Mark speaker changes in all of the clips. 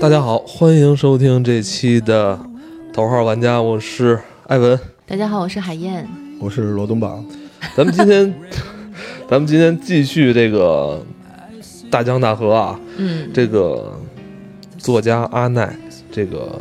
Speaker 1: 大家好，欢迎收听这期的《头号玩家》，我是艾文。
Speaker 2: 大家好，我是海燕。
Speaker 3: 我是罗东宝，
Speaker 1: 咱们今天，咱们今天继续这个大江大河啊，
Speaker 2: 嗯，
Speaker 1: 这个作家阿奈，这个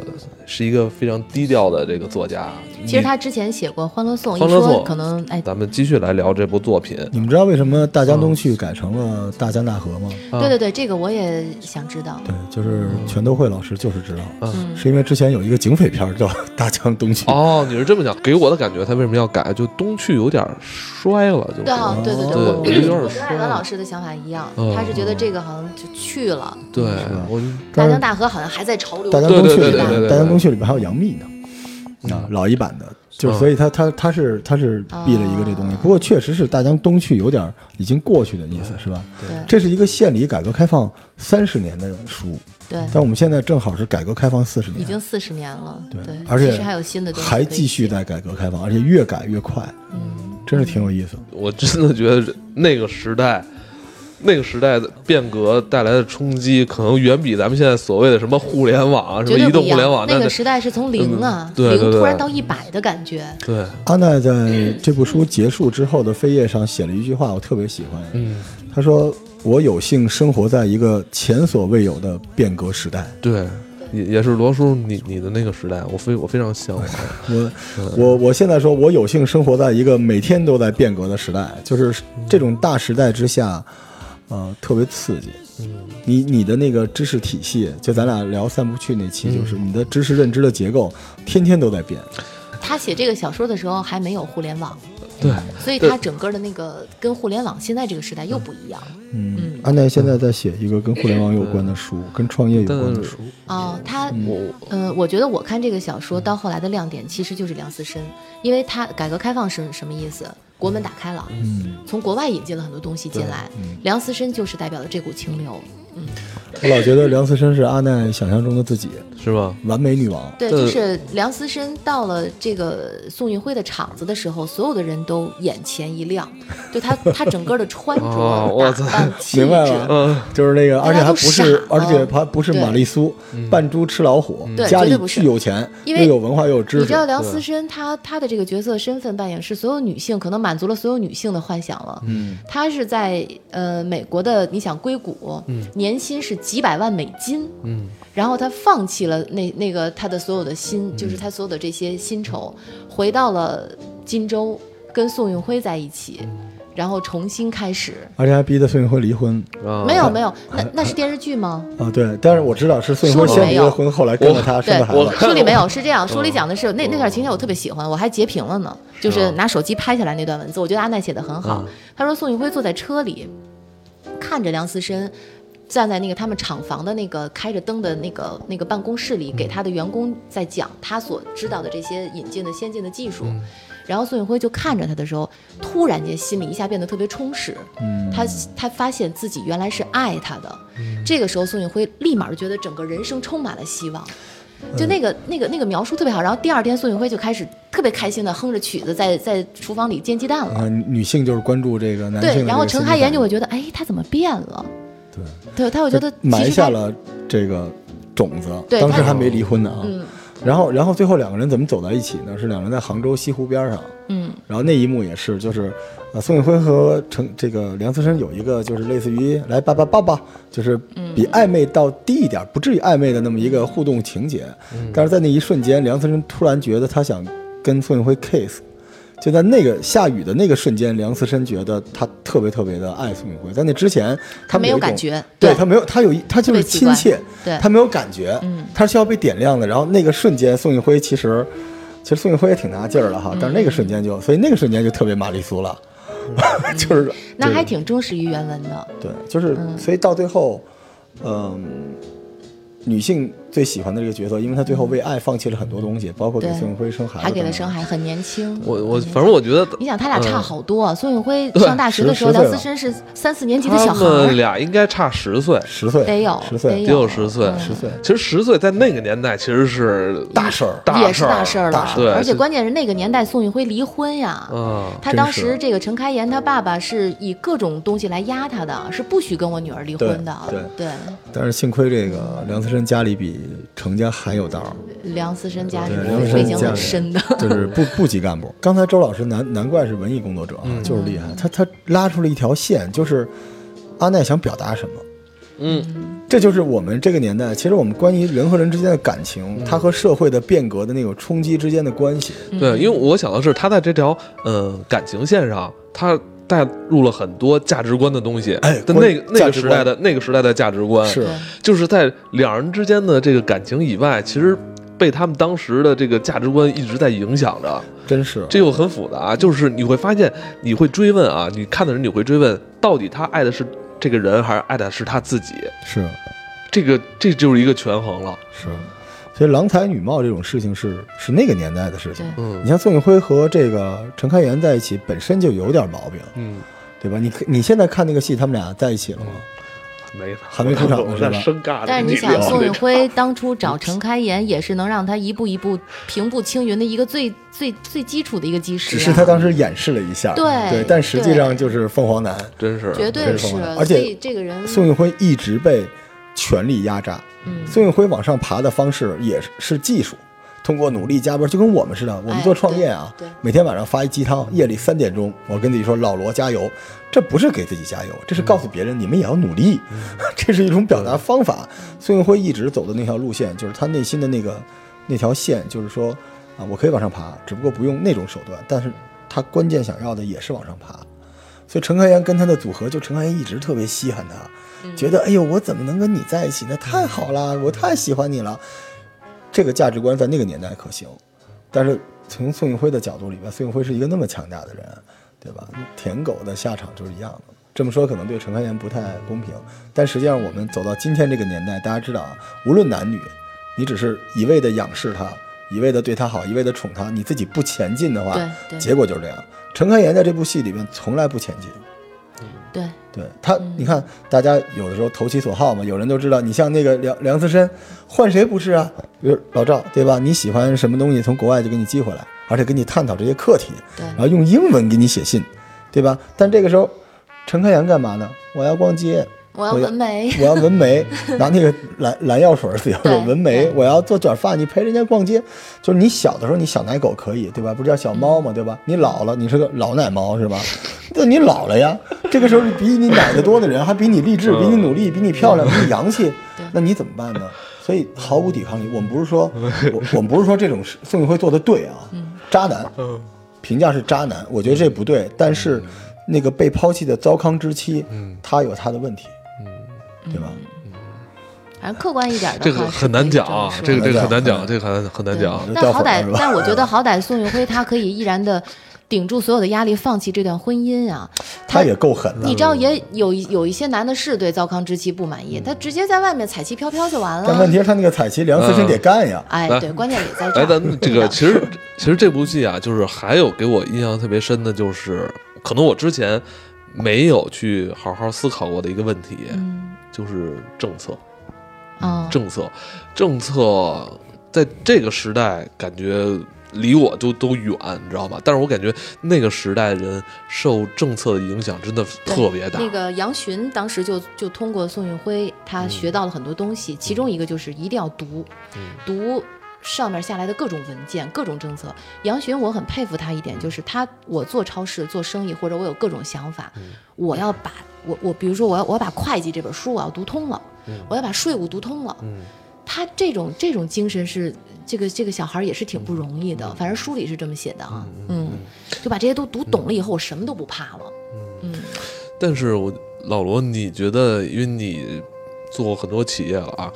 Speaker 1: 是一个非常低调的这个作家。
Speaker 2: 其实他之前写过《欢乐颂》，
Speaker 1: 欢乐
Speaker 2: 一
Speaker 1: 颂
Speaker 2: 说可能哎，
Speaker 1: 咱们继续来聊这部作品。
Speaker 3: 你们知道为什么大江东去改成了大江大河吗？
Speaker 1: 啊
Speaker 2: 对对对，这个我也想知道。
Speaker 3: 对，就是全都会老师就是知道，
Speaker 2: 嗯
Speaker 3: 是因为之前有一个警匪片儿叫《大江东去》，
Speaker 1: 哦，你是这么想？给我的感觉，他为什么要改？就东去有点摔了，就是
Speaker 2: 对啊，对对
Speaker 1: 对
Speaker 2: 我
Speaker 1: 我觉得有点
Speaker 2: 我跟艾文
Speaker 1: 衰
Speaker 2: 老师的想法一样
Speaker 1: 嗯，
Speaker 2: 他是觉得这个好像就去了，
Speaker 1: 对
Speaker 3: 是吧
Speaker 1: 我
Speaker 2: 大
Speaker 3: 但
Speaker 2: 江
Speaker 3: 是
Speaker 2: 大河好像还在潮流
Speaker 3: 大江
Speaker 2: 中，
Speaker 3: 东去
Speaker 1: 对对
Speaker 3: 里
Speaker 1: 对对对嗯对
Speaker 3: 面，大江东去里面还有杨幂呢，啊，老一版的，
Speaker 1: 嗯
Speaker 3: 就是所以他他他是他是避了一个这东西，
Speaker 1: 哦
Speaker 3: 不过确实是大江东去有点儿已经过去的意
Speaker 1: 嗯
Speaker 3: 思，是吧？
Speaker 2: 对
Speaker 3: 这是一个县里改革开放三十年的书，
Speaker 1: 嗯
Speaker 2: 对，
Speaker 3: 但我们现在正好是改革开放四十
Speaker 2: 已
Speaker 3: 年，
Speaker 2: 经四十年了，对，
Speaker 3: 而且
Speaker 2: 其实还有新的东西，
Speaker 3: 还继续，在改革开放，而且越改越快，
Speaker 2: 嗯，
Speaker 3: 真是挺有意思。
Speaker 1: 我真的觉得那个时代，那个时代的变革带来的冲击，可能远比咱们现在所谓的什么互联网啊、什
Speaker 2: 绝
Speaker 1: 么
Speaker 2: 对
Speaker 1: 移动
Speaker 2: 不一
Speaker 1: 互联网
Speaker 2: 样。那
Speaker 1: 那
Speaker 2: 个时代是从零啊
Speaker 1: 嗯，对
Speaker 2: 零
Speaker 1: 对对
Speaker 2: 突然到一百的感觉，
Speaker 1: 对，
Speaker 3: 阿奈在这部书结束之后的扉页上写了一句话，我特别喜欢。
Speaker 1: 嗯，
Speaker 3: 他说：“我有幸生活在一个前所未有的变革时代。
Speaker 1: 对，也也是罗叔你你的那个时代，我非我非常向往。
Speaker 3: 哎我，我，我现在说，我有幸生活在一个每天都在变革的时代，就是这种大时代之下，呃，特别刺激。你你的那个知识体系，就咱俩聊三部曲那期，就是你的知识认知的结构，天天都在变。
Speaker 2: 他写这个小说的时候还没有互联网，
Speaker 1: 对，
Speaker 2: 所以
Speaker 1: 对
Speaker 2: 他整个的那个跟互联网现在这个时代又不一样。
Speaker 3: 嗯，阿奈现在在写一个跟互联网有关的书，跟创业有
Speaker 1: 但
Speaker 3: 关的书。
Speaker 2: 哦，他
Speaker 1: 我
Speaker 2: 呃，我觉得我看这个小说到后来的亮点其实就是梁思申，因为他改革开放是什么意思？国门打开了，
Speaker 3: 嗯，
Speaker 2: 从国外引进了很多东西进来，梁思申就是代表了这股清流，
Speaker 3: 我老觉得梁思申是阿奈想象中的自己，
Speaker 1: 是吧？
Speaker 3: 完美女王。
Speaker 2: 对，
Speaker 1: 对
Speaker 2: 就是梁思申到了这个宋运辉的场子的时候，所有的人都眼前一亮，就他他整个的穿
Speaker 1: 哦
Speaker 2: 着
Speaker 1: 我
Speaker 2: 打
Speaker 1: 操
Speaker 2: 扮气
Speaker 3: 明白
Speaker 2: 质，
Speaker 3: 了
Speaker 1: 嗯，
Speaker 3: 就是那个，而且还不是，
Speaker 2: 大家
Speaker 3: 而
Speaker 2: 都傻哦
Speaker 3: 且还不是
Speaker 2: 对
Speaker 3: 玛丽苏，扮猪吃老虎，
Speaker 2: 对
Speaker 3: 家
Speaker 2: 绝
Speaker 3: 里
Speaker 2: 对不是
Speaker 3: 巨有钱，
Speaker 2: 因
Speaker 3: 又
Speaker 2: 为
Speaker 3: 有文化又有知
Speaker 2: 你
Speaker 3: 识
Speaker 2: 知。道梁思申他他的这个角色身份扮演是所有女性可能满足了所有女性的幻想了。嗯，他是在呃美国的，你想硅谷，年薪是几百万美金，嗯，然后他放弃了那那个他的所有的薪，就是他所有的这些薪酬，回到了金州跟宋运辉在一起，然后重新开始。
Speaker 3: 而且还逼得宋运辉离婚
Speaker 1: 啊，
Speaker 2: 没有没有，哦那那是电视剧吗？
Speaker 3: 啊！对，但是我知道是宋运辉
Speaker 2: 书里
Speaker 3: 先
Speaker 2: 没
Speaker 3: 离
Speaker 2: 有
Speaker 3: 了婚，后来跟了他生
Speaker 2: 对
Speaker 3: 了孩，子。
Speaker 2: 书里没有，是这样，书里讲的是那那段情节我特别喜欢，我还截屏了呢，就是拿手机拍下来那段文字，我觉得阿奈写的很好
Speaker 1: 嗯。
Speaker 2: 他说宋运辉坐在车里，看着梁思申。站在那个他们厂房的那个开着灯的那个那个办公室里，给他的员工在讲他所知道的这些引进的先进的技术，然后宋运辉就看着他的时候，突然间心里一下变得特别充实，他他发现自己原来是爱他的，这个时候宋运辉立马就觉得整个人生充满了希望，就那个、那个那个描述特别好。然后第二天宋运辉就开始特别开心的哼着曲子在在厨房里煎鸡蛋了，
Speaker 3: 啊，女性就是关注这个男性的这
Speaker 2: 对，
Speaker 3: 个
Speaker 2: 然后陈开颜就会
Speaker 3: 心
Speaker 2: 觉得，哎，他怎么变了？
Speaker 3: 理反应
Speaker 2: 对，他会
Speaker 3: 对，
Speaker 2: 觉得其
Speaker 3: 埋
Speaker 2: 实
Speaker 3: 下
Speaker 2: 他
Speaker 3: 了这个种子。
Speaker 2: 对
Speaker 3: 当时
Speaker 2: 他
Speaker 3: 还没离婚呢啊。
Speaker 2: 嗯
Speaker 3: 然后，然后最后两个人怎么走在一起呢？是两人在杭州西湖边上，
Speaker 2: 嗯
Speaker 3: 然后那一幕也是，就是呃，宋运辉和陈这个梁思申有一个就是类似于来爸爸抱抱，就是比暧昧到低一点，不至于暧昧的那么一个互动情节。但是在那一瞬间，梁思申突然觉得他想跟宋运辉 kiss。就在那个下雨的那个瞬间，梁思申觉得他特别特别的爱宋运辉，在那之前
Speaker 2: 他没有
Speaker 3: 一种
Speaker 2: 感觉
Speaker 3: 对
Speaker 2: 对
Speaker 3: 他没有，他有一他就
Speaker 2: 特别
Speaker 3: 是
Speaker 2: 奇怪
Speaker 3: 亲切，
Speaker 2: 对嗯
Speaker 3: 他没有感觉，他是需要被点亮的。然后那个瞬间，宋运辉其实，其实宋运辉也挺拿劲儿的哈，
Speaker 2: 嗯
Speaker 3: 但是那个瞬间就，所以那个瞬间就特别玛丽苏了，
Speaker 2: 嗯
Speaker 3: 就是
Speaker 2: 那还挺忠实于原文的，
Speaker 3: 嗯对，就是所以到最后，嗯、女性最喜欢的这个角色，因为他最后为爱放弃了很多东西，包括给
Speaker 2: 对
Speaker 3: 宋运辉生孩子，
Speaker 2: 还给了生，孩，很年轻。
Speaker 1: 我我反正我觉得
Speaker 2: 你想他俩差
Speaker 1: 嗯
Speaker 2: 好多啊，宋运辉
Speaker 1: 对
Speaker 2: 上大学的
Speaker 3: 十
Speaker 2: 时候，
Speaker 3: 十岁
Speaker 2: 梁
Speaker 3: 了
Speaker 2: 思申是三四年级的
Speaker 1: 他
Speaker 2: 小孩儿
Speaker 1: 们，俩应该差十岁，
Speaker 3: 十岁
Speaker 2: 得有
Speaker 3: 十岁
Speaker 1: 得有十岁，
Speaker 2: 嗯
Speaker 3: 十岁
Speaker 1: 其实十岁在那个年代其实是
Speaker 3: 大事儿，
Speaker 1: 大
Speaker 2: 也是大
Speaker 1: 事啊
Speaker 2: 事儿了。
Speaker 1: 对，
Speaker 2: 而且
Speaker 1: 就
Speaker 2: 关键是那个年代宋运辉离婚呀，
Speaker 1: 啊，
Speaker 2: 他
Speaker 3: 真
Speaker 2: 当
Speaker 3: 是
Speaker 2: 时这个陈开颜他爸爸是以各种东西来压他的，是不许跟我女儿离婚的。
Speaker 3: 对
Speaker 2: 对，
Speaker 3: 但是幸亏这个梁思申家里比程家还有道儿，
Speaker 2: 梁思申家
Speaker 3: 对梁思
Speaker 2: 是
Speaker 3: 申
Speaker 2: 背景
Speaker 3: 家
Speaker 2: 很
Speaker 3: 里
Speaker 2: 深的。
Speaker 3: 就是部部级干部。刚才周老师难难怪是文艺工作者啊，
Speaker 1: 嗯
Speaker 3: 就是厉害，他他拉出了一条线，就是阿奈想表达什么。
Speaker 1: 嗯，
Speaker 3: 这就是我们这个年代，其实我们关于人和人之间的感
Speaker 1: 嗯
Speaker 3: 情，它和社会的变革的那种冲击之间的关系。
Speaker 2: 嗯
Speaker 1: 对，因为我想的是他在这条嗯感情线上，他带入了很多价值观的东西，
Speaker 3: 哎
Speaker 1: 但
Speaker 3: 关
Speaker 1: 那个那
Speaker 3: 价
Speaker 1: 个
Speaker 3: 值
Speaker 1: 时
Speaker 3: 观
Speaker 1: 代的那个时代的价值观
Speaker 3: 是
Speaker 2: 对
Speaker 1: 就是在两人之间的这个感情以外，其实被他们当时的这个价值观一直在影响着。
Speaker 3: 真是
Speaker 1: 这又很复杂，就是你会发现，你会追问啊，你看的人你会追问，到底他爱的是这个人，还是爱的是他自己？
Speaker 3: 是
Speaker 1: 这个这就是一个权衡了。
Speaker 3: 是，所以郎才女貌这种事情是是那个年代的事情
Speaker 2: 对。
Speaker 1: 嗯
Speaker 3: 你像宋运辉和这个陈开元在一起，本身就有点毛病，
Speaker 1: 嗯，
Speaker 3: 对吧？你可你现在看那个戏，他们俩在一起了吗？
Speaker 1: 没
Speaker 3: 还没出场呢
Speaker 1: 我
Speaker 3: 是吧
Speaker 1: 在生尬的。
Speaker 2: 但是你想，
Speaker 1: 聊
Speaker 2: 宋运
Speaker 1: 这
Speaker 2: 辉当初找陈开颜，也是能让他一步一步平步青云的一个最最最基础的一个基石、啊。
Speaker 3: 只是他当时掩饰了一下，
Speaker 2: 对
Speaker 3: 对，但实际
Speaker 2: 对
Speaker 3: 上就是凤凰男。
Speaker 1: 真是啊
Speaker 2: 绝对
Speaker 3: 这是
Speaker 2: 是
Speaker 3: 凤凰，而且
Speaker 2: 所以这个人
Speaker 3: 宋运辉一直被权力压榨，
Speaker 2: 嗯
Speaker 3: 宋运辉往上爬的方式也是是技术，通过努力加班，就跟我们似的，我们
Speaker 2: 哎
Speaker 3: 做创业啊，
Speaker 2: 对对
Speaker 3: 每天晚上发一鸡汤，夜里三点钟，我跟自己说老罗加油，这不是给自己加油，这是告诉别人你们也要努力，
Speaker 2: 嗯
Speaker 3: 这是一种表达方法。宋运辉一直走的那条路线，就是他内心的那个那条线，就是说啊，我可以往上爬，只不过不用那种手段，但是他关键想要的也是往上爬。所以陈开元跟他的组合，就陈开元一直特别稀罕他，
Speaker 2: 嗯
Speaker 3: 觉得哎呦，我怎么能跟你在一起呢？太好了，我太喜欢你了。这个价值观在那个年代可行，但是从宋运辉的角度里边，宋运辉是一个那么强大的人，对吧？舔狗的下场就是一样的。这么说可能对陈开元不太公平，但实际上我们走到今天这个年代，大家知道啊，无论男女，你只是一味的仰视他，一味的对他好，一味的宠他，你自己不前进的话
Speaker 2: 对，对
Speaker 3: 结果就是这样。陈开颜在这部戏里面从来不前进，
Speaker 2: 对
Speaker 3: 对他，你看大家有的时候投其所好嘛，有人都知道，你像那个梁梁思申，换谁不是啊？比如老赵，对吧？你喜欢什么东西，从国外就给你寄回来，而且跟你探讨这些课题，
Speaker 2: 对
Speaker 3: 然后用英文给你写信，对吧？但这个时候，陈开阳干嘛呢？我要逛街，
Speaker 2: 我要纹眉，
Speaker 3: 我要纹眉，拿那个蓝蓝药水儿自己
Speaker 2: 对
Speaker 3: 纹眉
Speaker 2: 对，
Speaker 3: 我要做卷发，你陪人家逛街。就是你小的时候，你小奶狗可以，对吧？不是叫小猫
Speaker 2: 嗯
Speaker 3: 嘛，对吧？你老了，你是个老奶猫是吧？ 那你老了呀，这个时候比你奶的多的人，还比你励志，比你
Speaker 2: 嗯
Speaker 3: 努力，比你漂亮，比你洋 气，那你怎么办呢？所以毫无抵抗力。我们不是说，
Speaker 2: 嗯
Speaker 3: 我我们不是说这种事宋运辉做的对啊，渣男，
Speaker 2: 嗯
Speaker 3: 评价是渣男，我觉得这不对。但是，那个被抛弃的糟糠之妻，
Speaker 2: 嗯
Speaker 3: 他有他的问题，对吧？
Speaker 2: 反正客观一点的话，
Speaker 1: 这个很难讲啊，这个这个很难讲，
Speaker 3: 很难讲
Speaker 1: 这个很很
Speaker 2: 嗯
Speaker 1: 难讲。啊
Speaker 3: 对
Speaker 2: 但好
Speaker 3: 掉
Speaker 2: 歹
Speaker 3: 粉儿是吧，
Speaker 2: 但我觉得好歹宋运辉他可以毅然的顶住所有的压力，放弃这段婚姻啊。
Speaker 3: 他也够狠的
Speaker 2: 你。知道，也有一有一些男的是对糟糠之妻不满意，他直接在外面彩旗飘飘就完
Speaker 3: 但问
Speaker 2: 了。
Speaker 3: 题是，他那个彩旗梁思
Speaker 1: 嗯
Speaker 3: 申得干呀，
Speaker 2: 哎，
Speaker 1: 来
Speaker 2: 对，关键也在这
Speaker 1: 哎，咱
Speaker 2: 儿。
Speaker 1: 们这个其实其实这部戏啊，就是还有给我印象特别深的，就是可能我之前没有去好好思考过的一个问题，就是政策。
Speaker 2: 嗯，
Speaker 1: 政策，政策在这个时代感觉离我都都远，你知道吗？但是我感觉那个时代人受政策的影响真的特别大。
Speaker 2: 那个杨巡当时就就通过宋运辉，他学到了很多东西，其中一个就是一定要读，读上面下来的各种文件、各种政策。杨巡，我很佩服他一点，就是他，我做超市、做生意，或者我有各种想法，我要把我我比如说我要我要把会计这本书我要读通了，我要把税务读通了。他这种这种精神是这个这个小孩儿也是挺不容易的，反正书里是这么写的啊，嗯，就把这些都读懂了以后，我什么都不怕了。
Speaker 1: 但是我老罗，你觉得，因为你做过很多企业了啊，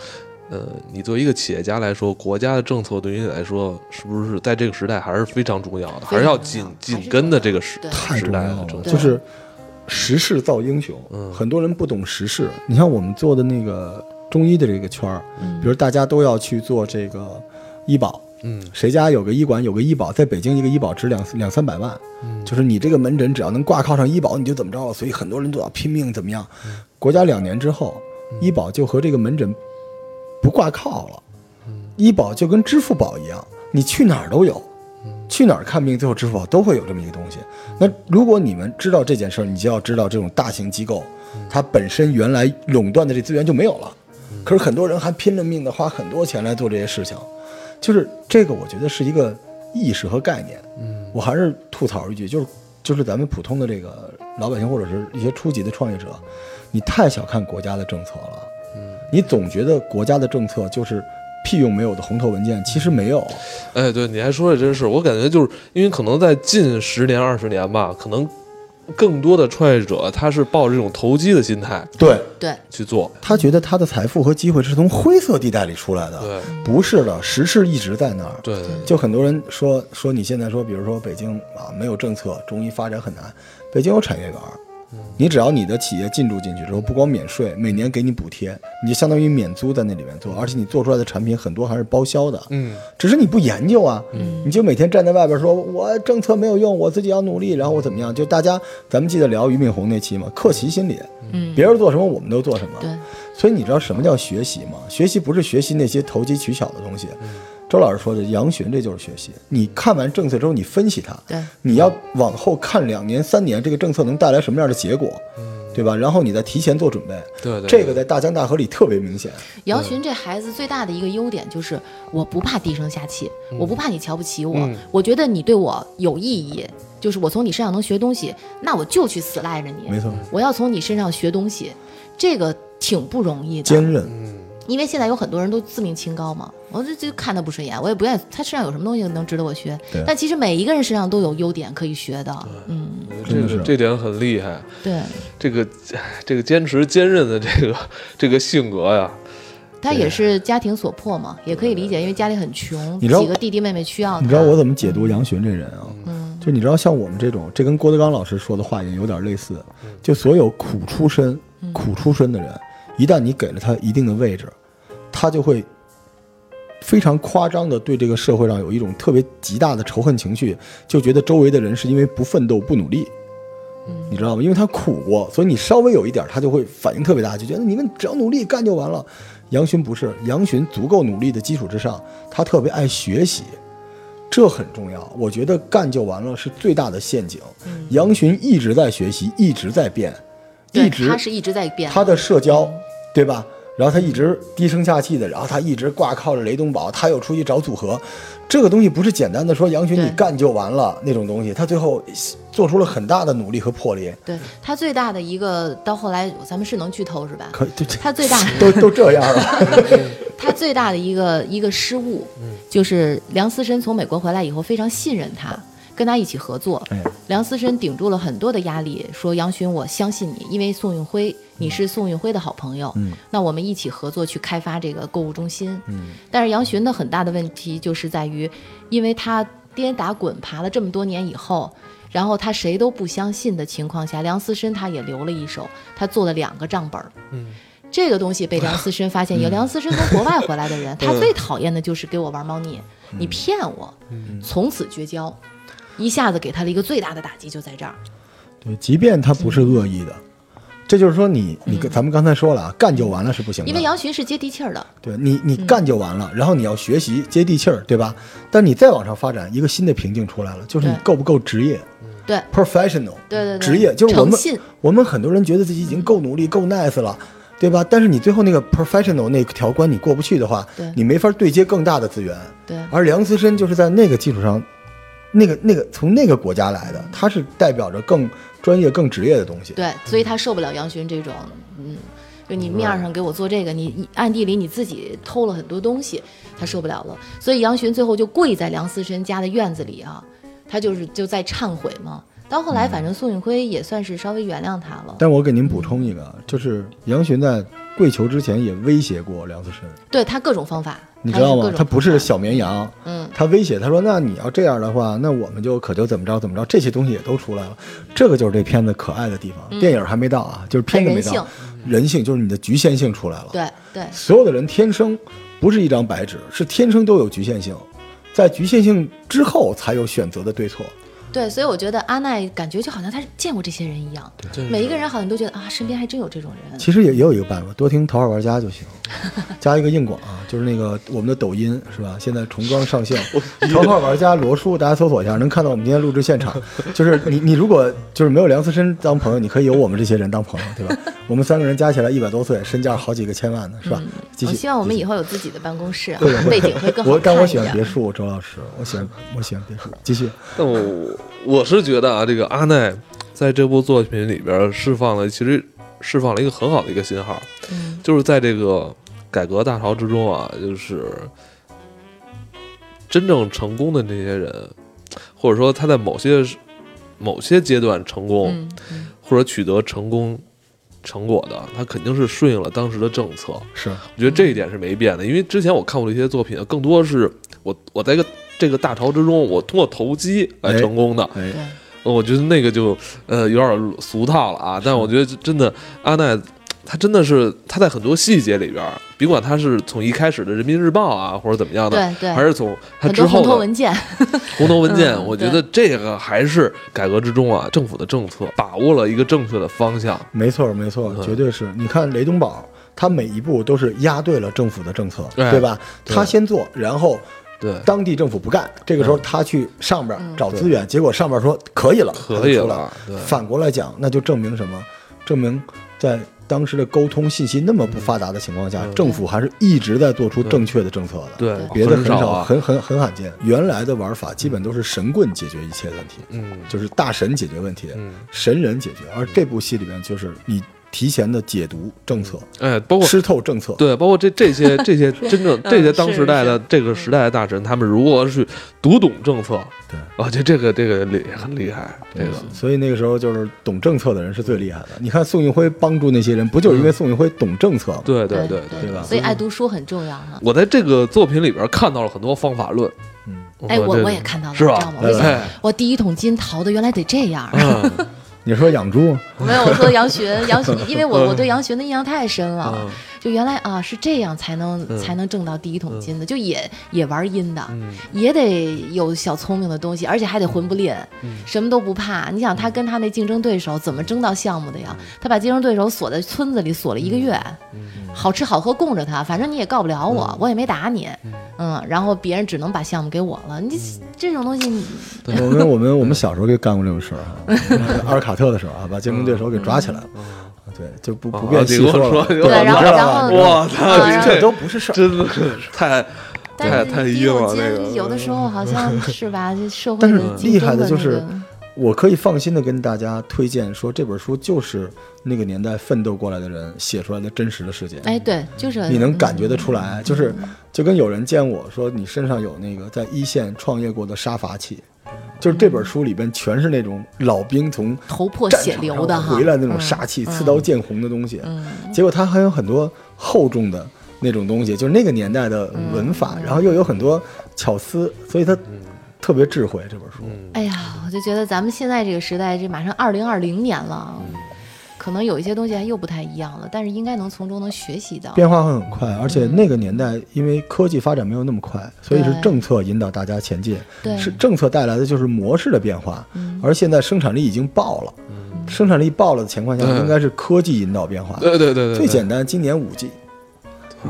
Speaker 1: 呃，你作为一个企业家来说，国家的政策对于你来说，是不是在这个时代还是非常重要的，还是要紧
Speaker 2: 非常重要
Speaker 1: 紧跟的这个时
Speaker 2: 对
Speaker 3: 太
Speaker 1: 时
Speaker 3: 重
Speaker 1: 代
Speaker 3: 要
Speaker 1: 的
Speaker 3: 了
Speaker 1: 政，策？
Speaker 3: 就是
Speaker 1: 嗯
Speaker 3: 时势造英雄。很多人不懂时势，你像我们做的那个中医的这个圈儿，比如大家都要去做这个医保，
Speaker 1: 嗯，
Speaker 3: 谁家有个医馆有个医保，在北京一个医保值两两三百万，
Speaker 1: 嗯
Speaker 3: 就是你这个门诊只要能挂靠上医保，你就怎么着了，所以很多人都要拼命怎么样。
Speaker 1: 嗯
Speaker 3: 国家两年之后，医保就和这个门诊不挂靠了，
Speaker 1: 嗯
Speaker 3: 医保就跟支付宝一样，你去哪儿都有。去哪儿看病，最后支付宝都会有这么一个东西。那如果你们知道这件事儿，你就要知道这种大型机构，它本身原来垄断的这资源就没有了。可是很多人还拼了命的花很多钱来做这些事情，就是这个，我觉得是一个意识和概念。嗯，我还是吐槽一句，就是就是咱们普通的这个老百姓或者是一些初级的创业者，你太小看国家的政策了。嗯，你总觉得国家的政策就是屁用没有的红头文件，其实没有。
Speaker 1: 哎，对，你还说的真是，我感觉就是因为可能在近十年、二十年吧，可能更多的创业者他是抱着这种投机的心态
Speaker 3: 对，
Speaker 2: 对，
Speaker 1: 去做，
Speaker 3: 他觉得他的财富和机会是从灰色地带里出来的，
Speaker 1: 对，
Speaker 3: 不是的，时势一直在那儿。
Speaker 1: 对，对
Speaker 3: 就很多人说说你现在说，比如说北京啊没有政策，中医发展很难。北京有产业园儿，
Speaker 1: 嗯
Speaker 3: 你只要你的企业进驻进去之后，不光免税，每年给你补贴，你就相当于免租在那里面做，而且你做出来的产品很多还是包销的，
Speaker 1: 嗯，
Speaker 3: 只是你不研究啊，你就每天站在外边说，我政策没有用，我自己要努力，然后我怎么样？就大家咱们记得聊俞敏洪那期嘛，克奇心理，
Speaker 2: 嗯，
Speaker 3: 别人做什么我们都做什么，
Speaker 2: 对，
Speaker 3: 所以你知道什么叫学习吗？学习不是学习那些投机取巧的东西。周老师说的杨巡，这就是学习。你看完政策之后，你分析它，
Speaker 2: 对
Speaker 3: 你要往后看两年、三年，这个政策能带来什么样的结果，对吧？然后你再提前做准备。
Speaker 1: 对对
Speaker 3: 这个在大江大河里特别明显。
Speaker 2: 姚群这孩子最大的一个优点就是，我不怕低声下气，
Speaker 3: 嗯
Speaker 2: 我不怕你瞧不起我，
Speaker 1: 嗯
Speaker 2: 我觉得你对我有意义，就是我从你身上能学东西，那我就去死赖着
Speaker 3: 没
Speaker 2: 你，
Speaker 3: 错，
Speaker 2: 我要从你身上学东西，这个挺不容易的，
Speaker 3: 坚韧。
Speaker 2: 因为现在有很多人都自命清高嘛，我就就看他不顺眼，我也不愿意他身上有什么东西能值得我学
Speaker 3: 对，
Speaker 2: 但其实每一个人身上都有优点可以学的，嗯，
Speaker 1: 这
Speaker 3: 真的
Speaker 1: 个
Speaker 3: 是
Speaker 1: 这点很厉害，
Speaker 2: 对，
Speaker 1: 这个 这个坚持坚韧的这个 这个性格呀，
Speaker 2: 他也是家庭所迫嘛，也可以理解，因为家里很穷，
Speaker 3: 你知道
Speaker 2: 几个弟弟妹妹需要他，
Speaker 3: 你知道我怎么解读杨巡这人啊？就你知道，像我们这种，这跟郭德纲老师说的话也有点类似。就所有苦出身、苦出身的人，一旦你给了他一定的位置，他就会非常夸张的对这个社会上有一种特别极大的仇恨情绪，就觉得周围的人是因为不奋斗、不努力。你知道吗？因为他苦过，所以你稍微有一点儿，他就会反应特别大，就觉得你们只要努力干就完了。杨巡不是，杨巡足够努力的基础之上，他特别爱学习，这很重要。我觉得干就完了是最大的陷阱。杨巡一直在学习，一直在变，
Speaker 2: 嗯对
Speaker 3: 一直
Speaker 2: 他是一嗯直在变，
Speaker 3: 他的社交，对吧？然后他一直低声下气的，然后他一直挂靠着雷东宝，他又出去找组合，这个东西不是简单的说杨巡
Speaker 2: 对
Speaker 3: 你干就完了那种东西，他最后做出了很大的努力和魄力。
Speaker 2: 对他最大的一个，到后来咱们是能剧透是吧？
Speaker 3: 可 就这
Speaker 2: 他最大
Speaker 3: 都都这样了，
Speaker 2: 他最大的一个一个失误，
Speaker 3: 嗯
Speaker 2: 就是梁思申从美国回来以后非常信任他，跟他一起合作。
Speaker 3: 哎
Speaker 2: 梁思申顶住了很多的压力，说杨巡，我相信你，因为宋运辉，你是宋运辉的好朋友，
Speaker 3: 嗯
Speaker 2: 那我们一起合作去开发这个购物中心。但是杨巡的很大的问题就是在于，因为他跌打滚爬了这么多年以后，然后他谁都不相信的情况下，梁思申他也留了一手，他做了两个账本儿。
Speaker 1: 嗯，
Speaker 2: 这个东西被梁思申发 现以后，梁思申从国外回来的人，他最讨厌的就是给我玩猫腻，
Speaker 3: 嗯
Speaker 2: 你骗我，从此绝交。一下子给他了一个最大的打击，就在这儿。
Speaker 3: 对，即便他不是恶意的，这就是说你你跟咱们刚才说了啊，干就完了是不行的，
Speaker 2: 嗯因为杨嗯巡是接地气儿的，
Speaker 3: 对你，你干就完了，然后你要学习接地气儿，对吧？但你再往上发展，一个新的瓶颈出来了，就是你
Speaker 2: 对
Speaker 3: 够不够职业
Speaker 2: 对
Speaker 3: ，professional，
Speaker 2: 对对对，
Speaker 3: 职业就是我
Speaker 2: 诚
Speaker 3: 们
Speaker 2: 信，
Speaker 3: 我们很多人觉得自己已经够努力、够 nice 了，对吧？但是你最后那个 professional 那条关你过不去的话
Speaker 2: 对，
Speaker 3: 你没法对接更大的资源。
Speaker 2: 对
Speaker 3: 而梁思申就是在那个基础上，那个那个从那个国家来的，他是代表着更专业、更职业的东西。
Speaker 2: 对，所以他受不了杨巡这种，嗯，就你面儿上给我做这个，你你暗地里你自己偷了很多东西，他受不了了。所以杨巡最后就跪在梁思申家的院子里啊，他就是就在忏悔嘛。到后来，
Speaker 3: 嗯
Speaker 2: 反正宋运辉也算是稍微原谅他了。
Speaker 3: 但我给您补充啊一个，就是杨巡在跪求之前也威胁过梁思申。
Speaker 2: 对他各种方法，
Speaker 3: 你知道
Speaker 2: 它是各
Speaker 3: 吗？
Speaker 2: 种
Speaker 3: 他不是小绵羊，
Speaker 2: 嗯，
Speaker 3: 他威胁他说：“那你要这样的话，那我们就可就怎么着怎么着，这些东西也都出来了。这个就是这片子可爱的地方。电影还没到啊，就是片子没
Speaker 2: 很嗯人
Speaker 3: 到，人性就是你的局限性出来了。
Speaker 2: 对对，
Speaker 3: 所有的人天生不是一张白纸，是天生都有局限性，在局限性之后才有选择的对错。
Speaker 2: 对，所以我觉得阿奈感觉就好像他见过这些人一样，
Speaker 1: 真
Speaker 2: 每
Speaker 1: 是
Speaker 2: 一个人好像都觉得啊，身边还真有这种人。
Speaker 3: 其实也也有一个办法，多听《头号玩家》就行，加一个硬广啊，就是那个我们的抖音是吧？现在重装 上线，《头号玩家》罗叔，大家搜索一下，能看到我们今天录制现场。 就是你你如果就是没有梁思申当朋友，你可以有我们这些人当朋友，对吧？我们三个人加起来一百多岁，身价好几个千万呢，是吧？继
Speaker 2: 嗯我
Speaker 3: 续
Speaker 2: 希望我们以后有自己的办公室啊
Speaker 3: 会的，
Speaker 2: 背景会更好
Speaker 3: 我但
Speaker 2: 看
Speaker 3: 我
Speaker 2: 一
Speaker 3: 喜欢别
Speaker 2: 点。
Speaker 3: 墅，周老师，我喜欢我喜欢别墅，继续。
Speaker 1: 但我我是觉得啊，这个阿奈在这部作品里边释放了，其实释放了一个很好的一个信号，
Speaker 2: 嗯
Speaker 1: 就是在这个改革大潮之中啊，就是真正成功的那些人，或者说他在某些时某些阶段成
Speaker 3: 哦
Speaker 1: 功，
Speaker 2: 嗯嗯
Speaker 1: 或者取得成功成果的，他肯定是顺应了当时的政策。
Speaker 3: 是
Speaker 1: 我觉得这一点是没变的，因为之前我看过的一些作品，更多是我我在一个这个大潮之中，我通过投机来成功的。
Speaker 3: 哎，
Speaker 2: 对，
Speaker 1: 呃我觉得那个就呃有点俗套了啊。但我觉得真的阿奈，他真的是他在很多细节里边儿，甭管他是从一开始的《人民日报》啊，或者怎么样的，
Speaker 2: 对对
Speaker 1: 还是从他
Speaker 2: 很
Speaker 1: 之
Speaker 2: 多
Speaker 1: 后
Speaker 2: 红头
Speaker 1: 的
Speaker 2: 文件，
Speaker 1: 红头文件，
Speaker 2: 嗯
Speaker 1: 我觉得这个还是改革之中啊，政府的政策把握了一个正确的方向。
Speaker 3: 没错没错，
Speaker 1: 嗯
Speaker 3: 绝对是。你看雷东宝，他每一步都是压对了政府的政策，
Speaker 1: 哎
Speaker 3: 对吧？
Speaker 1: 对
Speaker 3: 他先做，然后
Speaker 1: 对，
Speaker 3: 当地政府不干，这个时候他去上边找资源，结果上边说可以了，
Speaker 1: 嗯可以
Speaker 3: 他就出来
Speaker 1: 了。对，
Speaker 3: 反过来讲，那就证明什么？证明在当时的沟通信息那么不发达的情况下，
Speaker 1: 嗯
Speaker 3: 政府还是一直在做出正确的政策的。
Speaker 1: 对，
Speaker 3: 别的
Speaker 1: 很
Speaker 3: 很少，
Speaker 1: 啊。
Speaker 3: 很很很罕见。原来的玩法基本都是神棍解决一切问题，
Speaker 1: 嗯
Speaker 3: 就是大神解决问题，
Speaker 1: 嗯，
Speaker 3: 神人解决。而这部戏里面就是你提前的解读政策，
Speaker 1: 哎，包括
Speaker 3: 吃透政策。
Speaker 1: 对，包括这这些这些真
Speaker 2: 嗯
Speaker 1: 正这些当时代的这个时代的大神，他们如何去读懂政策？
Speaker 3: 对，
Speaker 1: 我觉得这个这个厉很厉害，这个
Speaker 3: 所以那个时候就是懂政策的人是最厉害的。你看宋运辉帮助那些人，不就是因为宋运辉懂政策吗？
Speaker 1: 对对
Speaker 2: 对
Speaker 1: 对
Speaker 3: 对吧
Speaker 2: 所以爱读书很重要哈。
Speaker 1: 我在这个作品里边看到了很多方法论，
Speaker 3: 嗯，
Speaker 2: 哎，我
Speaker 1: 这
Speaker 2: 我也看到了，
Speaker 1: 是
Speaker 2: 你
Speaker 1: 吧
Speaker 2: 知道吗？我就想
Speaker 1: 哎，
Speaker 2: 我第一桶金淘的原来得这样啊儿。
Speaker 3: 啊
Speaker 1: 嗯
Speaker 3: 你说养猪，
Speaker 2: 没 有，我说杨巡，杨巡，因为我我对杨巡的印象太深了，
Speaker 1: 嗯
Speaker 2: 就原来啊是这样才能、
Speaker 1: 嗯
Speaker 2: 才能挣到第一桶金的，就也也玩阴的，
Speaker 1: 嗯
Speaker 2: 也得有小聪明的东西，而且还得混不吝，什么都不怕。你想他跟他那竞争对手怎么争到项目的呀？他把竞争对手锁在村子里锁了一个月，好吃好喝供着他，反正你也告不了我，我也没打你，嗯，然后别人只能把项目给我了。你这种东西你，
Speaker 3: 我们我们我们小时候就干过这种事儿 哈，阿尔卡特的时候啊，把竞争对手给抓起来了，
Speaker 1: 嗯
Speaker 3: 对，就不不便细说
Speaker 1: 啊
Speaker 3: 了。
Speaker 1: 你跟我说
Speaker 2: 对，然
Speaker 3: 你
Speaker 2: 后
Speaker 3: 知道
Speaker 2: 然
Speaker 3: 吧
Speaker 2: 后
Speaker 1: 我操
Speaker 2: 啊，然后
Speaker 1: 这
Speaker 3: 这都不是事儿。
Speaker 1: 真的是太太
Speaker 2: 但
Speaker 1: 太
Speaker 2: 是第一
Speaker 1: 硬了
Speaker 2: 桶金
Speaker 1: 那个，
Speaker 2: 有的时候好像是吧，这社会
Speaker 3: 嗯但是
Speaker 2: 的竞
Speaker 3: 厉害
Speaker 2: 争
Speaker 3: 的
Speaker 2: 的
Speaker 3: 就
Speaker 2: 那
Speaker 3: 是
Speaker 2: 个，
Speaker 3: 我可以放心的跟大家推荐说，这本书就是那个年代奋斗过来的人写出来的真实的世界。
Speaker 2: 哎，对，就是
Speaker 3: 你能感觉得出来，就是就跟有人见我说你身上有那个在一线创业过的杀伐气，就是这本书里边全是那种老兵从
Speaker 2: 头破
Speaker 3: 战
Speaker 2: 血
Speaker 3: 场
Speaker 2: 流的
Speaker 3: 上
Speaker 2: 哈，嗯
Speaker 3: 回来那种杀气、刺刀见红的东西。结果他还有很多厚重的那种东西，就是那个年代的文法，
Speaker 2: 嗯
Speaker 3: 然后又有很多巧思，所以他特别智慧这本书。
Speaker 2: 哎呀，我就觉得咱们现在这个时代，这马上二零二零年了，
Speaker 3: 嗯
Speaker 2: 可能有一些东西还又不太一样了，但是应该能从中能学习到。
Speaker 3: 变化会很快，而且那个年代因为科技发展没有那么快，所以是
Speaker 2: 嗯对
Speaker 3: 政策引导大家前进，
Speaker 2: 对嗯
Speaker 3: 是政策带来的就是模式的变化，而现在生产力已经爆了，生产力爆了的情况下，
Speaker 1: 嗯
Speaker 3: 应该是科技引导变化。
Speaker 1: 对对对对，
Speaker 3: 最
Speaker 1: 对
Speaker 3: 简单，今年五 G，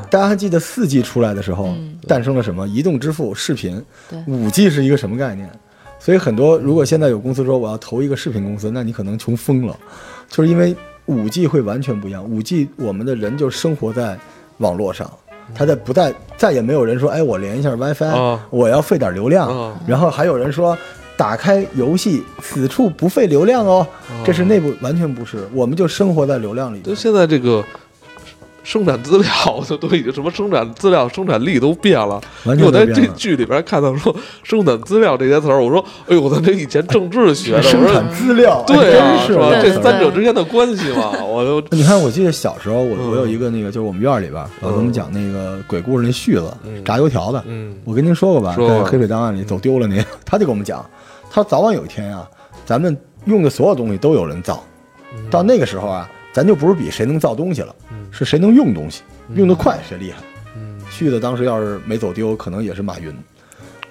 Speaker 3: 大家还记得四 G 出来的时候、诞生了什么？移动支付、视频
Speaker 2: 对，
Speaker 3: 五 G 是一个什么概念？所以很多如果现在有公司说我要投一个视频公司，那你可能穷疯了，就是因为五 G 会完全不一样。五 G 我们的人就生活在网络上。
Speaker 1: 嗯
Speaker 3: 他在不在再也没有人说，哎，我连一下 WiFi，、
Speaker 1: 啊
Speaker 3: 我要费点流量。
Speaker 1: 啊
Speaker 3: 然后还有人说，打开游戏，此处不费流
Speaker 1: 哦
Speaker 3: 量哦。这是内部完全不是，我们就生活在流量里。
Speaker 1: 就现在这个生产资料 的都已经什么生产资料、生产力都变了。
Speaker 3: 完
Speaker 1: 因为
Speaker 3: 全
Speaker 1: 我
Speaker 3: 都
Speaker 1: 在
Speaker 3: 变
Speaker 1: 这
Speaker 3: 了。
Speaker 1: 剧里边看到说生产资料这些词儿，我说哎呦，咱这以前政治学的，
Speaker 3: 生
Speaker 1: 我说
Speaker 3: 产资料，哎
Speaker 1: 对啊，
Speaker 3: 真是
Speaker 1: 吧？
Speaker 3: 我
Speaker 2: 对
Speaker 1: 这
Speaker 2: 对
Speaker 1: 三者之间的关系嘛，我就
Speaker 3: 你看，我记得小时候，我
Speaker 1: 嗯
Speaker 3: 我有一个那个，就是我们院儿里边儿老给我们讲那个鬼故事那絮子，炸油条的。
Speaker 1: 嗯
Speaker 3: 我跟您说过吧，
Speaker 1: 说
Speaker 3: 在
Speaker 1: 过嗯
Speaker 3: 黑水档案里走丢了您， 他就给我们讲，他早晚有一天啊，咱们用的所有东西都有人造，
Speaker 1: 嗯
Speaker 3: 到那个时候啊，咱就不是比谁能造东西了，是谁能用东西，
Speaker 1: 嗯
Speaker 3: 用得快谁厉害。絮子当时要是没走丢，可能也是马云。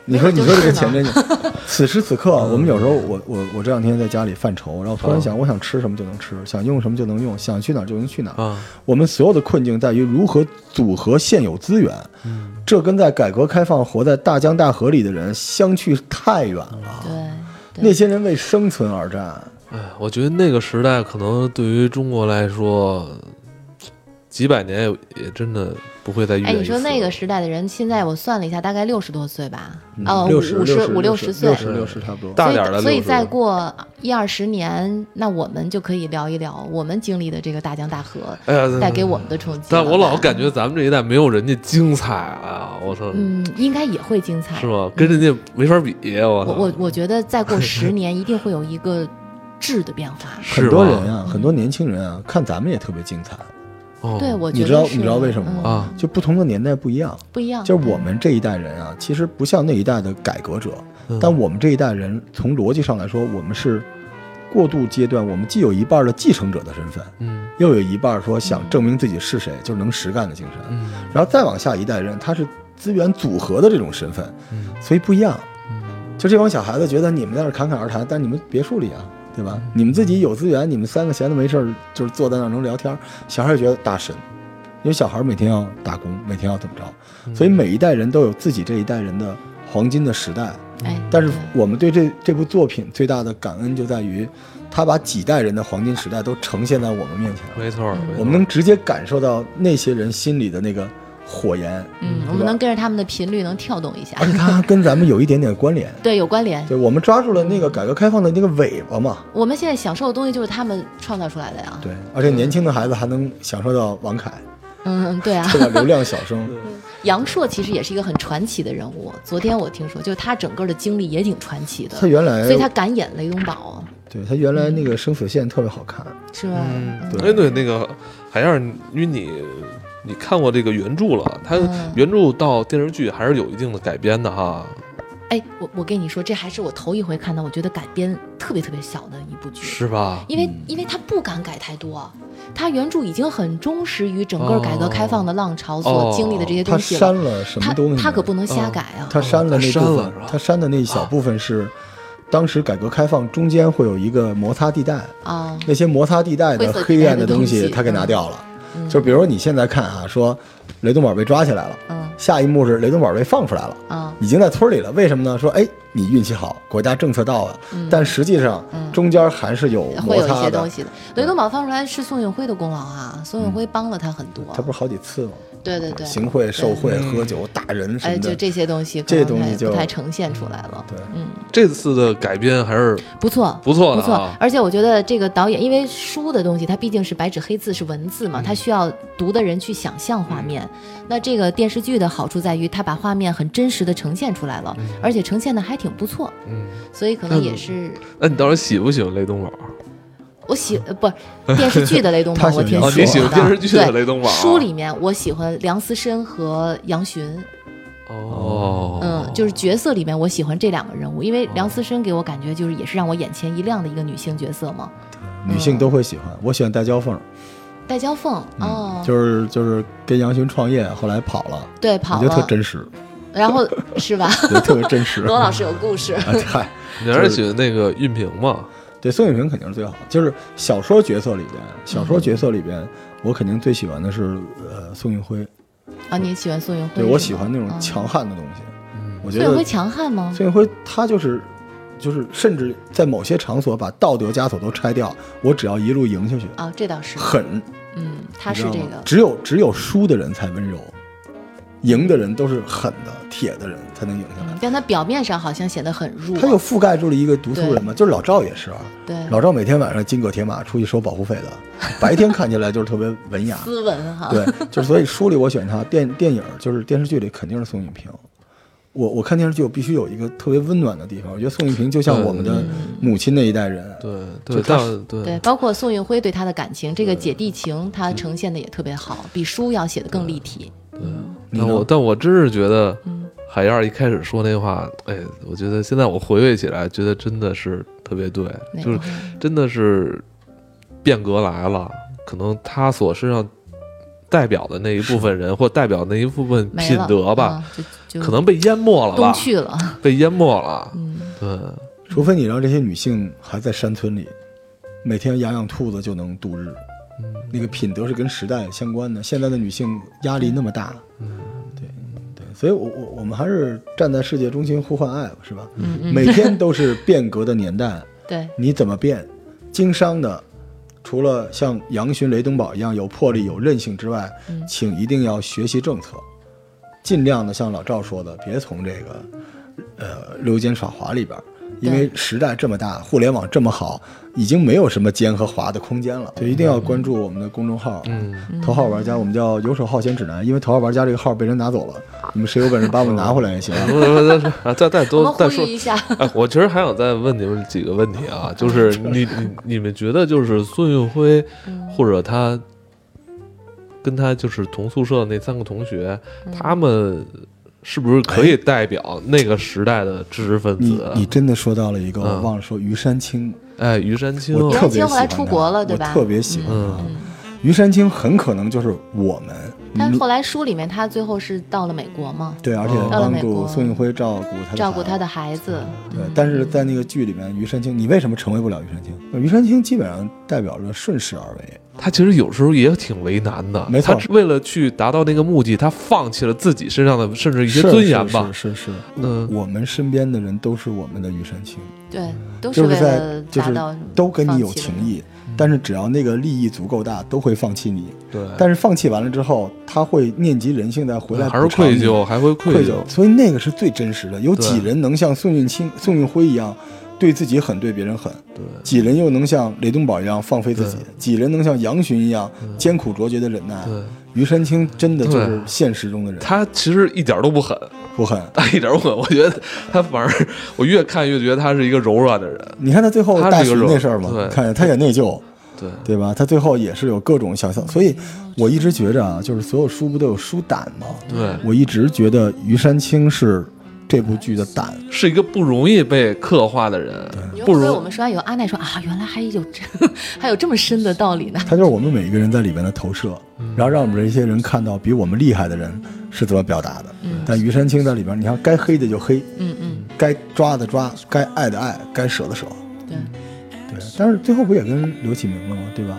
Speaker 3: 你说，你说这个前瞻性，此时此刻，
Speaker 1: 嗯
Speaker 3: 我们有时候，我我我这两天在家里犯愁，然后突然想，我想吃什么就能吃，想用什么就能用，想去哪儿就能去哪儿。
Speaker 1: 啊，
Speaker 3: 我们所有的困境在于如何组合现有资源，这跟在改革开放活在大江大河里的人相去太远了。
Speaker 2: 对
Speaker 3: 那些人为生存而战，
Speaker 1: 哎，我觉得那个时代可能对于中国来说，几百年也也真的不会再遇
Speaker 2: 哎，
Speaker 1: 见一次了。
Speaker 2: 你说那个时代的人，现在我算了一下，大概六十多岁吧，呃，
Speaker 3: 嗯六
Speaker 2: 五
Speaker 3: 十
Speaker 2: 五十五
Speaker 3: 六
Speaker 2: 十岁
Speaker 3: 六。十六十差不多。
Speaker 1: 大
Speaker 2: 所以
Speaker 1: 点儿的
Speaker 2: 所以
Speaker 1: 60
Speaker 2: 再过一二十年，那我们就可以聊一聊我们经历的这个大江大河
Speaker 1: 哎呀，
Speaker 2: 带给我们的冲击了吧。
Speaker 1: 但我老感觉咱们这一代没有人家精彩啊！我操，
Speaker 2: 嗯，应该也会精彩
Speaker 1: 是。吗？跟人家没法比，我
Speaker 2: 我
Speaker 1: 操
Speaker 2: 我我觉得再过十年一定会有一个质的变化。
Speaker 1: 是
Speaker 3: 很多
Speaker 1: 吧
Speaker 3: 人啊，很多年轻人啊，看咱们也特别精彩。
Speaker 1: 哦
Speaker 2: 对，我觉得
Speaker 3: 你知道
Speaker 2: 是
Speaker 3: 你知道为什么吗？
Speaker 2: 嗯
Speaker 1: 啊
Speaker 3: 就不同的年代不一样，
Speaker 2: 不一样，
Speaker 3: 就是我们这一代人啊，其实不像那一代的改革者，
Speaker 1: 嗯
Speaker 3: 但我们这一代人从逻辑上来说，我们是过渡阶段，我们既有一半的继承者的身份，
Speaker 1: 嗯
Speaker 3: 又有一半说想证明自己是谁，就是能实干的精神。
Speaker 1: 嗯
Speaker 3: 然后再往下一代人，他是资源组合的这种身份，
Speaker 1: 嗯
Speaker 3: 所以不一样。
Speaker 1: 嗯
Speaker 3: 就这帮小孩子觉得你们在那儿侃侃而谈，但你们别墅里啊，对吧？你们自己有资源，你们三个闲的没事儿就是坐在那儿能聊天儿。小孩儿觉得大神，因为小孩儿每天要打工，每天要怎么着，所以每一代人都有自己这一代人的黄金的时代。
Speaker 2: 哎，
Speaker 3: 但是
Speaker 2: 对
Speaker 3: 我们对这这部作品最大的感恩就在于，他把几代人的黄金时代都呈现在我们面前了，
Speaker 1: 没错儿，没错儿
Speaker 3: 我们能直接感受到那些人心里的那个火焰，
Speaker 2: 嗯，我
Speaker 3: 对吧
Speaker 2: 们能跟着他们的频率能跳动一下
Speaker 3: 而，且它还跟咱们有一点点关 联。
Speaker 2: 对，有关联。
Speaker 3: 对，我们抓住了那个改革开放的那个尾巴嘛。
Speaker 2: 我们现在享受的东西就是他们创造出来的呀。
Speaker 3: 对，而且年轻的孩子还能享受到 王凯，
Speaker 2: 嗯，对啊。
Speaker 3: 对吧？流量小生，
Speaker 2: 杨烁其实也是一个很传奇的人物。昨天我听说，就是他整个的经历也挺传奇的，
Speaker 3: 他原来
Speaker 2: 所以他敢演雷东宝，
Speaker 3: 对他原来那个生死线特别好看，
Speaker 2: 是吧？
Speaker 1: 嗯，
Speaker 3: 对
Speaker 1: 哎，对，那个海燕儿，因为你你看过这个原著了，它
Speaker 2: 嗯
Speaker 1: 原著到电视剧还是有一定的改编的哈，
Speaker 2: 哎，我我跟你说，这还是我头一回看到，我觉得改编特别特别小的一部剧。
Speaker 1: 是吧？
Speaker 2: 因为
Speaker 3: 嗯
Speaker 2: 因为他不敢改太多，他原著已经很忠实于整个改革开放的浪潮所经历的这些
Speaker 3: 他
Speaker 2: 东西了。
Speaker 3: 哦删了什
Speaker 2: 嗯
Speaker 3: 么
Speaker 2: 他
Speaker 3: 东西呢？嗯
Speaker 2: 他可不能瞎改啊！
Speaker 3: 他删了那
Speaker 1: 他删
Speaker 3: 部
Speaker 1: 了
Speaker 3: 分
Speaker 1: 是吧，
Speaker 3: 他删的那一小部分是，当时改革开放中间会有一个摩擦地带，
Speaker 2: 啊，
Speaker 3: 那些摩擦地带的
Speaker 2: 灰色地带
Speaker 3: 黑暗
Speaker 2: 的
Speaker 3: 的东
Speaker 2: 东
Speaker 3: 西
Speaker 2: 西
Speaker 3: 他给拿掉了。
Speaker 2: 嗯
Speaker 3: 就比如说你现在看啊，说雷东宝被抓起来了，
Speaker 2: 嗯
Speaker 3: 下一幕是雷东宝被放出来了，
Speaker 2: 啊，
Speaker 3: 已经在村里了。为什么呢？说哎，你运气好，国家政策到了，但实际上中间还是有
Speaker 2: 嗯会
Speaker 3: 摩
Speaker 2: 有一
Speaker 3: 擦
Speaker 2: 些
Speaker 3: 的嗯
Speaker 2: 东。西的。雷东宝放出来是宋运辉的功劳啊，宋运辉帮了他很多。
Speaker 3: 他不是好几次吗？
Speaker 2: 对对对，
Speaker 3: 行贿、受贿、
Speaker 1: 嗯
Speaker 3: 喝酒、打人什
Speaker 2: 哎，
Speaker 3: 么
Speaker 2: 就
Speaker 3: 的。
Speaker 2: 这些东西，
Speaker 3: 这东西就嗯
Speaker 2: 不太呈现出来了。
Speaker 3: 对，
Speaker 1: 这次的改编还是
Speaker 2: 不错，
Speaker 1: 不错
Speaker 2: 不
Speaker 1: 的
Speaker 2: 错
Speaker 1: 啊，。
Speaker 2: 而且我觉得这个导演，因为书的东西它毕竟是白纸黑字，是文字嘛，它需要读的人去想象画面。那这个电视剧的好处在于，它把画面很真实的呈现出来了，而且呈现的还挺不错，
Speaker 1: 嗯，
Speaker 2: 所以可能也是
Speaker 1: 那你到时候喜不喜欢雷东宝？
Speaker 2: 我喜呃不是电视剧的雷东宝，
Speaker 3: 他喜
Speaker 2: 我
Speaker 3: 欢
Speaker 2: 挺
Speaker 3: 哦
Speaker 2: 喜
Speaker 3: 你喜
Speaker 2: 欢
Speaker 3: 欢
Speaker 1: 电
Speaker 2: 的。
Speaker 1: 视剧的
Speaker 2: 对
Speaker 1: 雷东宝啊
Speaker 2: 书里面我喜欢梁思申和杨巡，
Speaker 1: 哦，
Speaker 2: 嗯，就是角色里面我喜欢这两个人物，因为梁思申给我感觉就是也是让我眼前一亮的一个女性角色嘛。
Speaker 3: 女
Speaker 2: 嗯
Speaker 3: 性都会喜欢。我喜欢戴娇凤，
Speaker 2: 戴娇凤哦，
Speaker 3: 就是就是跟杨勋创业，后来跑了，
Speaker 2: 对，
Speaker 3: 我
Speaker 2: 跑
Speaker 3: 觉得特
Speaker 2: 了，
Speaker 3: 真实，
Speaker 2: 然 后是吧？
Speaker 3: 我觉得特别真 实。
Speaker 2: 罗老师有故事，
Speaker 3: 啊，嗨，
Speaker 1: 你还是喜欢那个熨平嘛？
Speaker 3: 对，宋雨平肯定是最好。就是小说角色里边，小
Speaker 2: 嗯
Speaker 3: 说角色里边，我肯定最喜欢的是呃宋运辉。
Speaker 2: 啊，你喜欢宋运辉是
Speaker 3: 对
Speaker 2: 吗？
Speaker 3: 我喜欢那
Speaker 2: 嗯
Speaker 3: 种强悍的东西。我觉
Speaker 2: 宋运辉
Speaker 3: 得
Speaker 2: 强悍吗？
Speaker 3: 宋运辉他就是就是，甚至在某些场所把道德枷锁都拆掉，我只要一路赢下去，
Speaker 2: 啊，这倒是，
Speaker 3: 狠。
Speaker 2: 嗯，他
Speaker 3: 你知
Speaker 2: 是
Speaker 3: 道
Speaker 2: 这
Speaker 3: 吗
Speaker 2: 个，
Speaker 3: 只有只有输的人才温柔，赢的人都是狠的，铁的人才能赢下来。
Speaker 2: 嗯，但他表面上好像显得很弱。
Speaker 3: 他又覆盖住了一个读书人嘛，就是老赵也是啊。
Speaker 2: 对
Speaker 3: 老赵每天晚上金戈铁马出去收保护费的，白天看起来就是特别文雅。
Speaker 2: 斯啊文哈，
Speaker 3: 对，就是所以书里我选他，电电影就是电视剧里肯定是宋运平。我我看电视剧，我必须有一个特别温暖的地方。我觉得宋运平就像我们的母亲那一代人，
Speaker 1: 对
Speaker 3: 就
Speaker 1: 对，
Speaker 3: 他
Speaker 1: 但
Speaker 2: 对，
Speaker 1: 对
Speaker 2: 包括宋运辉对他的感情，这个姐弟情他呈现的也特别好，比书要写的更立体。嗯
Speaker 1: 但我但我真是觉得海燕儿一开始说那话，哎，我觉得现在我回味起来，觉得真的是特别对，
Speaker 2: 那
Speaker 1: 就是真的是变革来了，可能他所身上代表的那一部分人，或代表那一部分
Speaker 2: 没
Speaker 1: 品
Speaker 2: 了
Speaker 1: 德吧，，
Speaker 2: 嗯就就
Speaker 1: 可能被淹没了
Speaker 2: 东
Speaker 1: 吧，
Speaker 2: 去了。
Speaker 1: 被淹没了。
Speaker 2: 嗯，
Speaker 1: 对，
Speaker 3: 除非你让这些女性还在山村里，每天养养兔子就能度日。那个品德是跟时代相关的，现在的女性压力那么大，对对，所以我我我们还是站在世界中心呼唤爱吧，是吧？每天都是变革的年代，
Speaker 2: 对，
Speaker 3: 你怎么变？经商的，除了像杨勋、雷东宝一样有魄力、有韧性之外，请一定要学习政策，尽量的像老赵说的，别从这个呃溜奸耍滑里边儿，因为时代这么大，互联网这么好，已经没有什么奸和滑的空间了，就一定要关注我们的公众号。
Speaker 1: 嗯，
Speaker 3: 头号玩家，我们叫游手好闲指南，因为头号玩家这个号被人拿走了，你们谁有本事把我们拿回来也行啊。
Speaker 1: 不不不不啊，再再
Speaker 2: 我们
Speaker 1: 多
Speaker 2: 呼
Speaker 1: 再
Speaker 2: 吁
Speaker 1: 说
Speaker 2: 一 下，
Speaker 1: 哎，我其实还想再问你们几个问题
Speaker 2: 嗯
Speaker 1: 啊，就是你你你们觉得就是孙运辉，或者他跟他就是同宿舍那三个同学，
Speaker 2: 嗯
Speaker 1: 他们是不是可以代表那个时代的知识分
Speaker 3: 你
Speaker 1: 子？
Speaker 3: 你真的说到了一个，我
Speaker 1: 嗯
Speaker 3: 忘了说，于山青，
Speaker 1: 哎，于山青，
Speaker 3: 我特
Speaker 2: 杨
Speaker 3: 别喜
Speaker 2: 青后来
Speaker 3: 欢
Speaker 2: 出
Speaker 3: 他
Speaker 2: 国了对吧
Speaker 3: 我特别喜欢
Speaker 1: 嗯
Speaker 3: 他。于山青很可能就是我们，
Speaker 2: 他
Speaker 3: 嗯
Speaker 2: 后来书里面他最后是到了美国嘛，
Speaker 3: 对，而且
Speaker 1: 到了
Speaker 3: 帮
Speaker 2: 哦美
Speaker 3: 助
Speaker 2: 国
Speaker 3: 宋运辉照顾他的
Speaker 2: 照顾他
Speaker 3: 的。
Speaker 2: 的孩子。
Speaker 3: 对，但是在那个剧里面，于山青，你为什么成为不了于山青？于山青基本上代表着顺势而为，
Speaker 1: 他其实有时候也挺为难的，
Speaker 3: 没错
Speaker 1: 他为了去达到那个目的，他放弃了自己身上的甚至一些
Speaker 3: 是
Speaker 1: 尊严吧。
Speaker 3: 是是是是，
Speaker 1: 嗯
Speaker 3: 我们身边的人都是我们的于山青，
Speaker 2: 对，都
Speaker 3: 就是
Speaker 2: 为
Speaker 3: 在
Speaker 2: 了
Speaker 3: 就
Speaker 2: 达
Speaker 3: 是
Speaker 2: 到
Speaker 3: 都跟你有
Speaker 2: 放弃了
Speaker 3: 情谊，但是只要那个利益足够大，都会放弃你。
Speaker 1: 对，
Speaker 3: 但是放弃完了之后，他会念及人性再回来，
Speaker 1: 还是愧疚，，还会
Speaker 3: 愧
Speaker 1: 疚
Speaker 3: 疚，。所以那个是最真实的。有
Speaker 1: 对
Speaker 3: 几人能像宋运清、宋运辉一样，对自己狠，对别人狠？
Speaker 1: 对，
Speaker 3: 几人又能像雷东宝一样放飞自己
Speaker 1: 对？
Speaker 3: 几人能像杨巡一样艰苦卓绝的忍耐？
Speaker 1: 对
Speaker 3: 于山青真的就
Speaker 1: 对
Speaker 3: 是现实中的人，
Speaker 1: 他其实一点儿都不狠，
Speaker 3: 不狠。
Speaker 1: 他一点儿不狠。我觉得他反而，我越看越觉得他是一个柔软的人。
Speaker 3: 你看他最后
Speaker 1: 他是
Speaker 3: 大
Speaker 1: 一个
Speaker 3: 学
Speaker 1: 弱
Speaker 3: 那事儿嘛
Speaker 1: 对，
Speaker 3: 看见他也内疚，
Speaker 1: 对，
Speaker 3: 对吧？他最后也是有各种想象，所以我一直觉着啊，就是所有书不都有书胆吗？
Speaker 1: 对
Speaker 2: 嗯
Speaker 3: 我一直觉得于山青是这部剧的胆，
Speaker 1: 是一个不容易被刻画的人
Speaker 2: 你，
Speaker 1: 不
Speaker 2: 会不会我
Speaker 1: 容
Speaker 2: 们说完以后，阿奈说啊，原来还有这 还有这么深的道理呢？
Speaker 3: 他就是我们每一个人在里面的投射，
Speaker 2: 嗯
Speaker 3: 然后让我们这些人看到比我们厉害的人是怎么表达的。但于山青在里边，你看该黑的就黑，
Speaker 2: 嗯嗯，
Speaker 3: 该抓的抓，该爱的爱，该舍的舍。
Speaker 2: 对
Speaker 3: 对，但是最后不也跟刘启明了吗？对吧？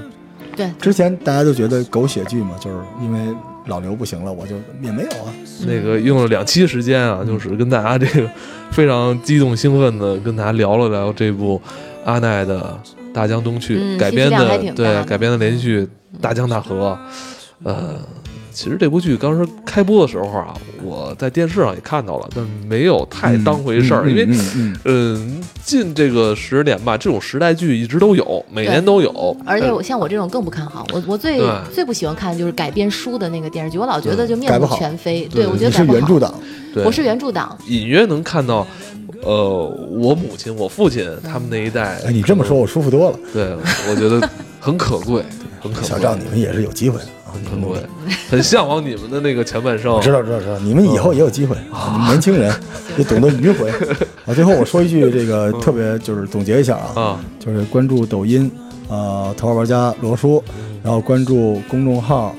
Speaker 2: 对，
Speaker 3: 之前大家都觉得狗血剧嘛，就是因为老刘不行了，我就也没有啊。
Speaker 1: 那个用了两期时间啊，
Speaker 2: 嗯
Speaker 1: 就是跟大家这个非常激动兴奋的跟大家聊了聊这部阿奈的《大江东去》
Speaker 2: 嗯
Speaker 1: 改编
Speaker 2: 信息量
Speaker 1: 的
Speaker 2: 还挺，大
Speaker 1: 对
Speaker 2: 的嗯
Speaker 1: 改编的连续《大江大河》，呃。其实这部剧当时开播的时候啊，我在电视上也看到了，但没有太当回事儿，
Speaker 3: 嗯
Speaker 1: 因为
Speaker 3: 嗯嗯
Speaker 1: 嗯，近这个十年吧，这种时代剧一直都有，每年都有。
Speaker 2: 而且
Speaker 1: 但
Speaker 2: 我像我这种更不看好，我我最
Speaker 1: 对
Speaker 2: 最不喜欢看就是改编书的那个电视剧，我老觉得就面
Speaker 3: 嗯改不
Speaker 2: 目
Speaker 3: 好
Speaker 2: 全非。
Speaker 1: 对
Speaker 2: 对，我
Speaker 3: 嗯
Speaker 2: 觉得
Speaker 3: 你
Speaker 2: 改
Speaker 3: 是
Speaker 2: 不
Speaker 3: 原著
Speaker 2: 好。
Speaker 3: 党，
Speaker 1: 对
Speaker 2: 我是原著党，
Speaker 1: 隐约能看到，呃，我母亲、我父亲他们那一代。
Speaker 3: 哎，你这么说，，我舒服多了。
Speaker 1: 对，我觉得很可贵，很可贵，
Speaker 3: 小赵，你们也是有机会的啊！
Speaker 1: 很可贵，很向往你们的那个前半生
Speaker 3: 我。知道，知道，知道，你们以后也有机会，你们年轻人也懂得迂回啊。最后我说一句，这个特别就是总结一下啊，
Speaker 1: 啊，
Speaker 3: 就是关注抖音，呃，头号玩家罗叔，然后关注公众号，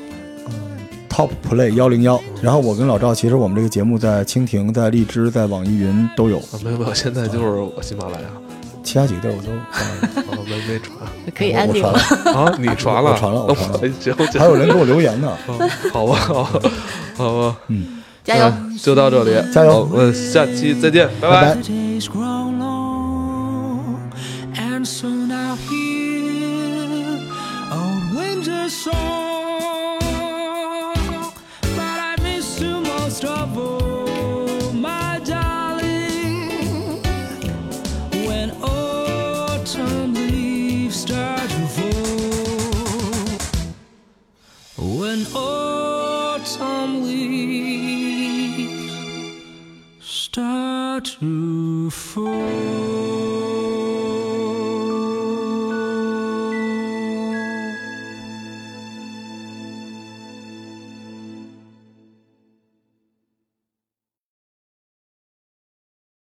Speaker 3: 嗯、t o p Play 幺零幺。然后我跟老赵，其实我们这个节目在蜻蜓、在荔枝、在网易云都有，
Speaker 1: 啊没有没有，现在就是我喜马拉 雅，
Speaker 3: 其他几个地儿我都。
Speaker 1: 啊，没没传
Speaker 2: 可以
Speaker 3: 我
Speaker 2: 安
Speaker 3: 我
Speaker 2: 定
Speaker 3: 传
Speaker 2: 了
Speaker 3: 了。，
Speaker 1: 啊，你传了，
Speaker 3: 我传了我传了
Speaker 1: 哎行，行
Speaker 3: 还有人给我留言呢。
Speaker 1: 啊好吧，好吧，好吧，
Speaker 2: 加油！
Speaker 1: 那就到这里，
Speaker 3: 嗯加油
Speaker 1: 好我们下期再见，拜
Speaker 3: 拜拜
Speaker 4: The days grow long, and soon I'll hear old winter's song. But I miss you most of all, start to fall.